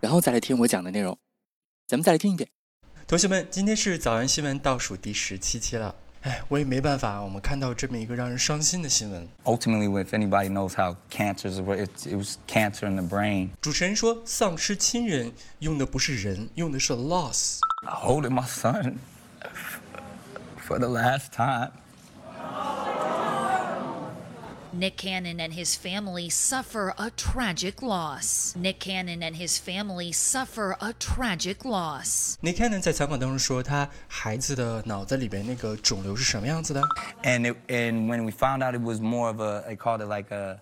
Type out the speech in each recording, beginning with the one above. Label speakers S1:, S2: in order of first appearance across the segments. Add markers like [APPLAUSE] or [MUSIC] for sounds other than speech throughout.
S1: 然后再来听我讲的内容。咱们再来听一遍。
S2: 同学们，今天是早安新闻倒数第十七期了。哎，我也没办法，我们看到这么一个让人伤心的新闻。
S3: ultimately, if anybody knows how cancer is, it, it was cancer in the brain.
S2: 主持人说，丧失亲人用的不是人，用的是 loss。
S3: I holded my son [LAUGHS] for the last time.
S4: Nick Cannon and his family suffer a tragic loss. Nick Cannon and his family suffer a tragic loss.
S2: Nick Cannon 在采访当中说，他孩子的脑子里边那个肿瘤是什么样子的？
S3: And it, and when we found out it was more of a, they called it like a,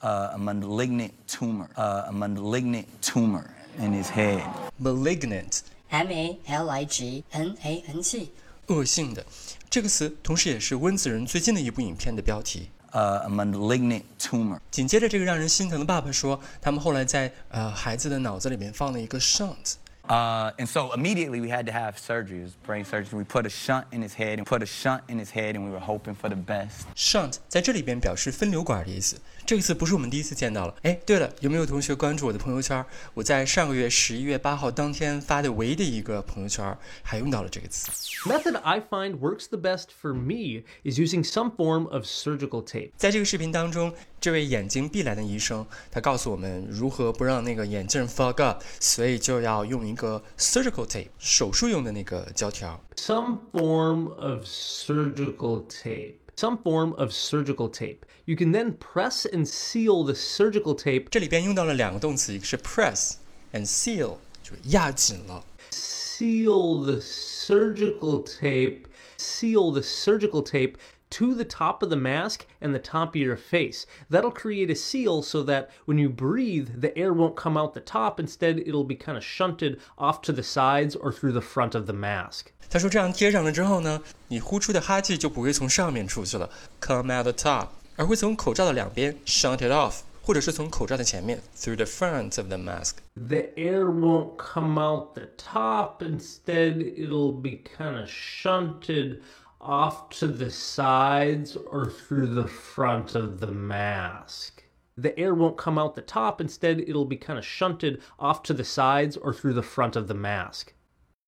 S3: a, a malignant tumor, uh, a malignant tumor in his head.
S2: malignant，
S5: M A L I G N A N T。
S2: 恶性的。这个词同时也是温子仁最近的一部影片的标题。
S3: Uh, a malignant tumor.
S2: 紧接着，这个让人心疼的爸爸说，他们后来在呃孩子的脑子里面放了一个 shunt。
S3: Uh, and so immediately we had to have surgery, it was brain surgery. We put a shunt in his head and put a shunt in his head, and we were hoping for the best.
S2: shunt 在这里边表示分流管的意思。这个词不是我们第一次见到了。哎，对了，有没有同学关注我的朋友圈？我在上个月十一月八号当天发的唯一的一个朋友圈，还用到了这个词。
S6: Method I find works the best for me is using some form of surgical tape.
S2: 在这个视频当中，这位眼睛必来的医生，他告诉我们如何不让那个眼镜 fog up，所以就要用一个 surgical tape 手术用的那个胶条。
S6: Some form of surgical tape. Some form of surgical tape. You can then press and seal the surgical tape.
S2: 这里边用到了两个动词，一个是 press and seal，就是压紧了。
S6: Seal the surgical tape. Seal the surgical tape to the top of the mask and the top of your face. That'll create a seal so that when you breathe, the air won't come out the top. Instead, it'll be kind of shunted off to the sides or through the front of the mask.
S2: 他说这样贴上了之后呢，你呼出的哈气就不会从上面出去了，come out the top，而会从口罩的两边 shunt it off，或者是从口罩的前面 through the front of the mask。
S6: the air won't come out the top. Instead, it'll be kind of shunted off to the sides or through the front of the mask. The air won't come out the top. Instead, it'll be kind of shunted off to the sides or through the front of the mask.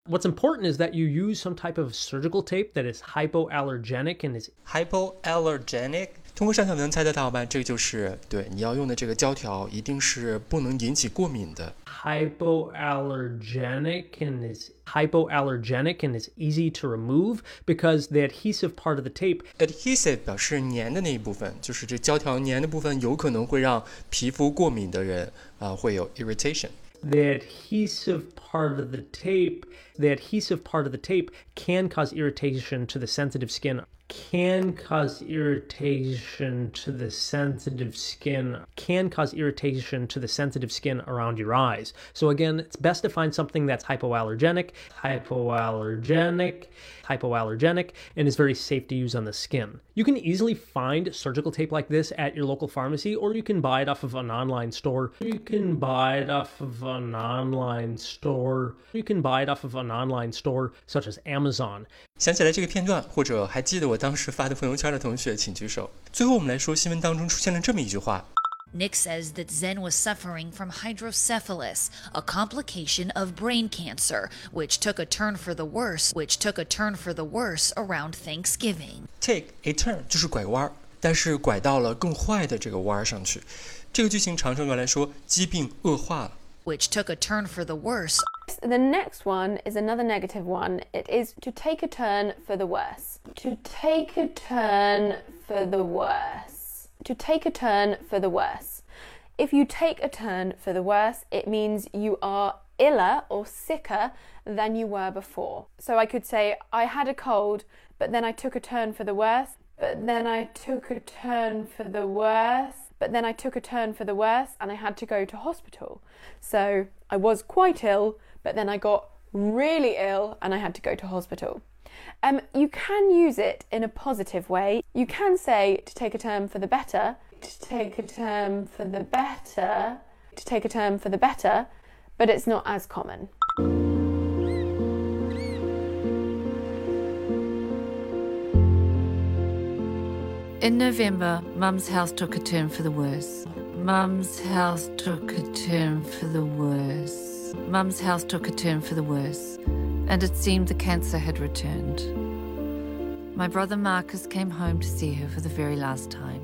S6: What's important is that you use some type of surgical tape that is hypoallergenic and is
S2: hypoallergenic。通过上下文猜得到吧？这就是对你要用的这个胶条，一定是不能引起过敏的。
S6: hypoallergenic and is hypoallergenic and is easy to remove because the adhesive part of the tape
S2: adhesive 表示粘的那一部分，就是这胶条粘的部分，有可能会让皮肤过敏的人啊、会有 irritation。
S6: the adhesive part of the tape the adhesive part of the tape can cause irritation to the sensitive skin can cause irritation to the sensitive skin can cause irritation to the sensitive skin around your eyes so again it's best to find something that's hypoallergenic hypoallergenic hypoallergenic and is very safe to use on the skin you can easily find surgical tape like this at your local pharmacy or you can buy it off of an online store you can buy it off of an online store you can buy it off of an online store such as amazon
S2: 想起来这个片段，或者还记得我当时发的朋友圈的同学，请举手。最后我们来说，新闻当中出现了这么一句话：
S4: Nick says that Zen was suffering from hydrocephalus, a complication of brain cancer, which took a turn for the worse, which took a turn for the worse around Thanksgiving.
S2: take a turn 就是拐弯儿，但是拐到了更坏的这个弯儿上去。这个剧情常用来说疾病恶化了。
S4: which took a turn for the worse
S7: The next one is another negative one. It is to take a turn for the worse. To take a turn for the worse. To take a turn for the worse. If you take a turn for the worse, it means you are iller or sicker than you were before. So I could say, I had a cold, but then I took a turn for the worse. But then I took a turn for the worse. but then I took a turn for the worse and I had to go to hospital. So I was quite ill, but then I got really ill and I had to go to hospital. Um, you can use it in a positive way. You can say to take a turn for the better, to take a turn for the better, to take a turn for the better, but it's not as common.
S8: In November, Mum's health took a turn for the worse. Mum's health took a turn for the worse. Mum's health took a turn for the worse, and it seemed the cancer had returned. My brother Marcus came home to see her for the very last time.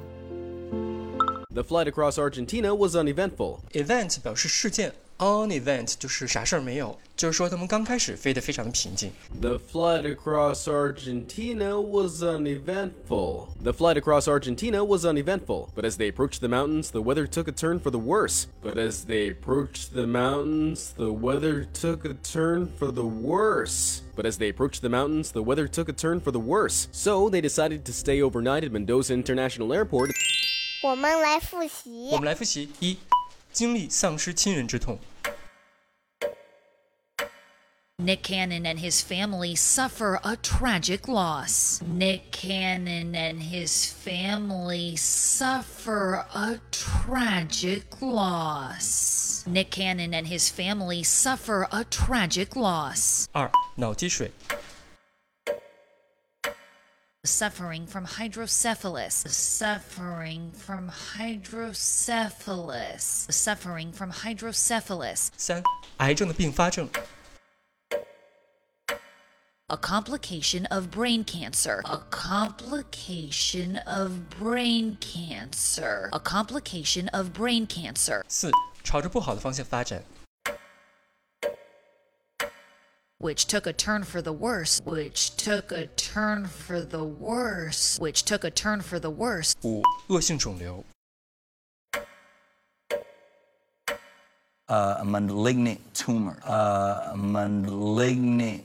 S9: The flight across Argentina was uneventful.
S2: Event 表示事件，on event 就是啥事儿没有，就是说他们刚开始飞得非常的平静。
S9: The flight across Argentina was uneventful. The flight across Argentina was uneventful, but as they approached the mountains, the weather took a turn for the worse. But as they approached the mountains, the weather took a turn for the worse. But as they approached the mountains, the weather took a turn for the worse. So they decided to stay overnight at Mendoza International Airport.
S10: 我们来复习
S2: 我。们来复习：一、经历丧失亲人之痛；
S4: Nick Cannon and his family suffer a tragic loss. Nick Cannon and his family suffer a tragic loss. Nick Cannon and his family suffer a tragic loss.
S2: 二、脑积水；
S4: Suffering from hydrocephalus. Suffering from hydrocephalus. Suffering from hydrocephalus.
S2: 三、癌症的并发症；
S4: A complication of brain cancer. A complication of brain cancer. A complication of brain cancer,
S2: 四、朝着不好的方向发展；
S4: which took a turn for the worse. Which took a turn for the worse. Which took a turn for the worse.
S2: 五、恶性肿瘤；
S3: uh, a malignant tumor, uh, a malignant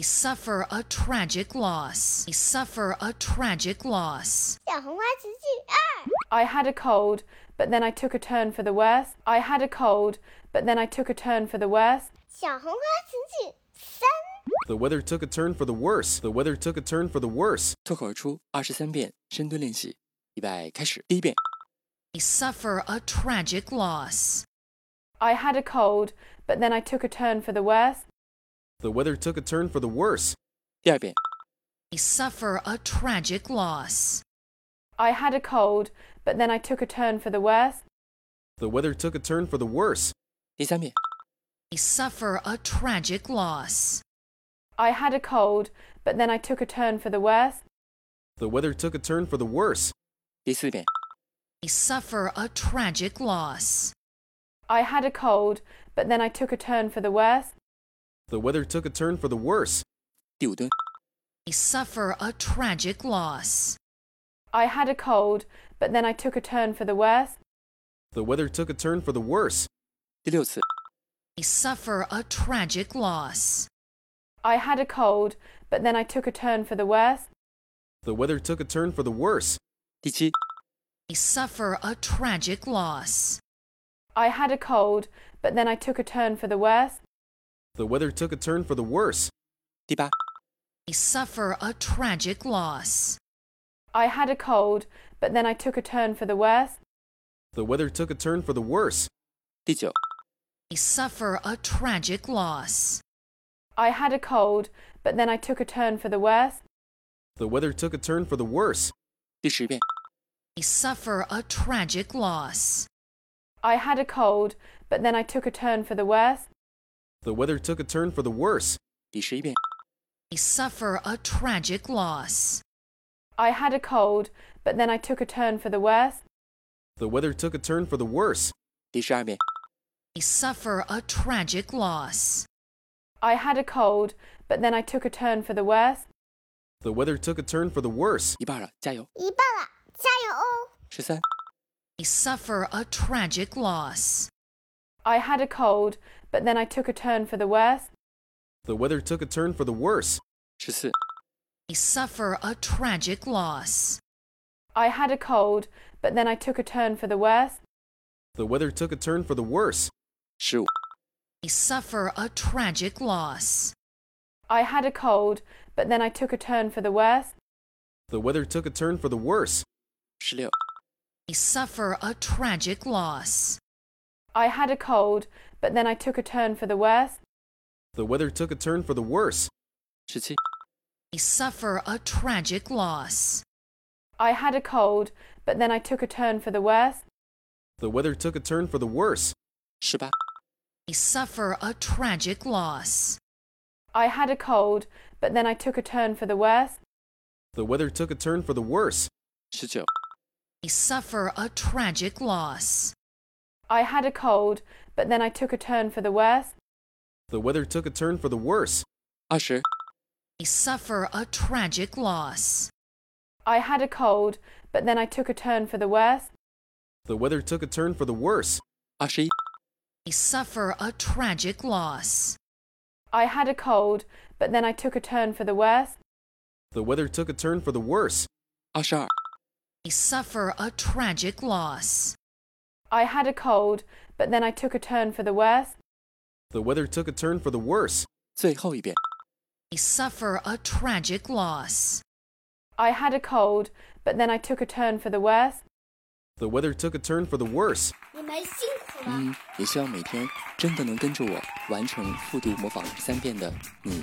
S4: They suffer a tragic loss. They suffer a tragic loss.
S11: 小红花词句二，
S7: I had a cold, but then I took a turn for the worse. I had a cold, but then I took a turn for the worse.
S11: 小红花词句三，
S9: The weather took a turn for the worse. The weather took a turn for the worse.
S1: 脱口而出二十三遍深蹲练习，预备开始。第一遍，
S4: They suffer a tragic loss.
S7: I had a cold, but then I took a turn for the worse.
S9: The weather took a turn for the worse.
S1: 第二遍，
S4: They suffer a tragic loss.
S7: I had a cold, but then I took a turn for the worse.
S9: The weather took a turn for the worse.
S1: 第三遍，
S4: They suffer a tragic loss.
S7: I had a cold, but then I took a turn for the worse.
S9: The weather took a turn for the worse.
S1: 第四遍，
S4: They suffer a tragic loss.
S7: I had a cold, but then I took a turn for the worse.
S9: The weather took a turn for the worse.
S1: 第五蹲，
S4: They suffer a tragic loss.
S7: I had a cold, but then I took a turn for the worse.
S9: The weather took a turn for the worse.
S1: 第六次，
S4: They suffer a tragic loss.
S7: I had a cold, but then I took a turn for the worse.
S9: The weather took a turn for the worse.
S1: 第七，
S4: They suffer a tragic loss.
S7: I had a cold, but then I took a turn for the worse.
S9: The weather took a turn for the worse.
S1: 第八，
S4: They suffer a tragic loss.
S7: I had a cold, but then I took a turn for the worse.
S9: The weather took a turn for the worse.
S1: 第九，
S4: They suffer a tragic loss.
S7: I had a cold, but then I took a turn for the worse.
S9: The weather took a turn for the worse.
S1: 第十遍，
S4: They suffer a tragic loss.
S7: I had a cold, but then I took a turn for the worse.
S9: The weather took a turn for the worse.
S1: 第十一遍，
S4: They suffer a tragic loss.
S7: I had a cold, but then I took a turn for the worse.
S9: The weather took a turn for the worse.
S1: 第十二遍，
S4: suffer a tragic loss.
S7: I had a cold, but then I took a turn for the worse.
S9: The weather took a turn for the worse.
S1: 一半了，加油！
S11: 一半了，加油哦！
S1: 十三、
S4: Suffer a tragic loss.
S7: I had a cold, but then I took a turn for the worse.
S9: The weather took a turn for the worse.
S1: 十四、
S4: Suffer a tragic loss.
S7: I had a cold, but then I took a turn for the worse.
S9: The weather took a turn for the worse.
S1: 十五、
S4: Suffer a tragic loss.
S7: I had a cold, but then I took a turn for the worse.
S9: The weather took a turn for the worse.
S1: 十六、
S4: Suffer a tragic loss.
S7: I had a cold, but then I took a turn for the worse.
S9: The weather took a turn for the worse.
S1: 十七、
S4: Suffer a tragic loss.
S7: I had a cold, but then I took a turn for the worse.
S9: The weather took a turn for the worse.
S1: 十八、
S4: Suffer a tragic loss.
S7: I had a cold, but then I took a turn for the worse.
S9: The weather took a turn for the worse.
S1: 十九、
S4: Suffer a tragic loss.
S7: I had a cold, but then I took a turn for the worse.
S9: The weather took a turn for the worse.
S1: 二十、
S4: Suffer a tragic loss.
S7: I had a cold, but then I took a turn for the worse.
S9: The weather took a turn for the worse.
S1: 二十一、
S4: Suffer a tragic loss.
S7: I had a cold, but then I took a turn for the worse.
S9: The weather took a turn for the worse.
S1: 二十二、
S4: Suffer a tragic loss.
S7: I had a cold, but then I took a turn for the worse.
S9: The weather took a turn for the worse.
S1: 最后一遍。
S4: Suffer a tragic loss.
S7: I had a cold, but then I took a turn for the worse.
S9: The weather took a turn for the worse.
S11: 你们辛苦了。
S1: 嗯，也希望每天真的能跟着我完成复读模仿三遍的你，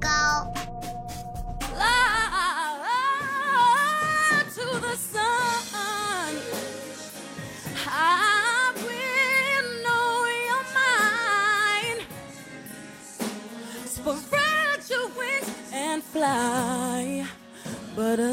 S11: 高。
S12: to the sun. I will know your mind. Spread your wings and fly. But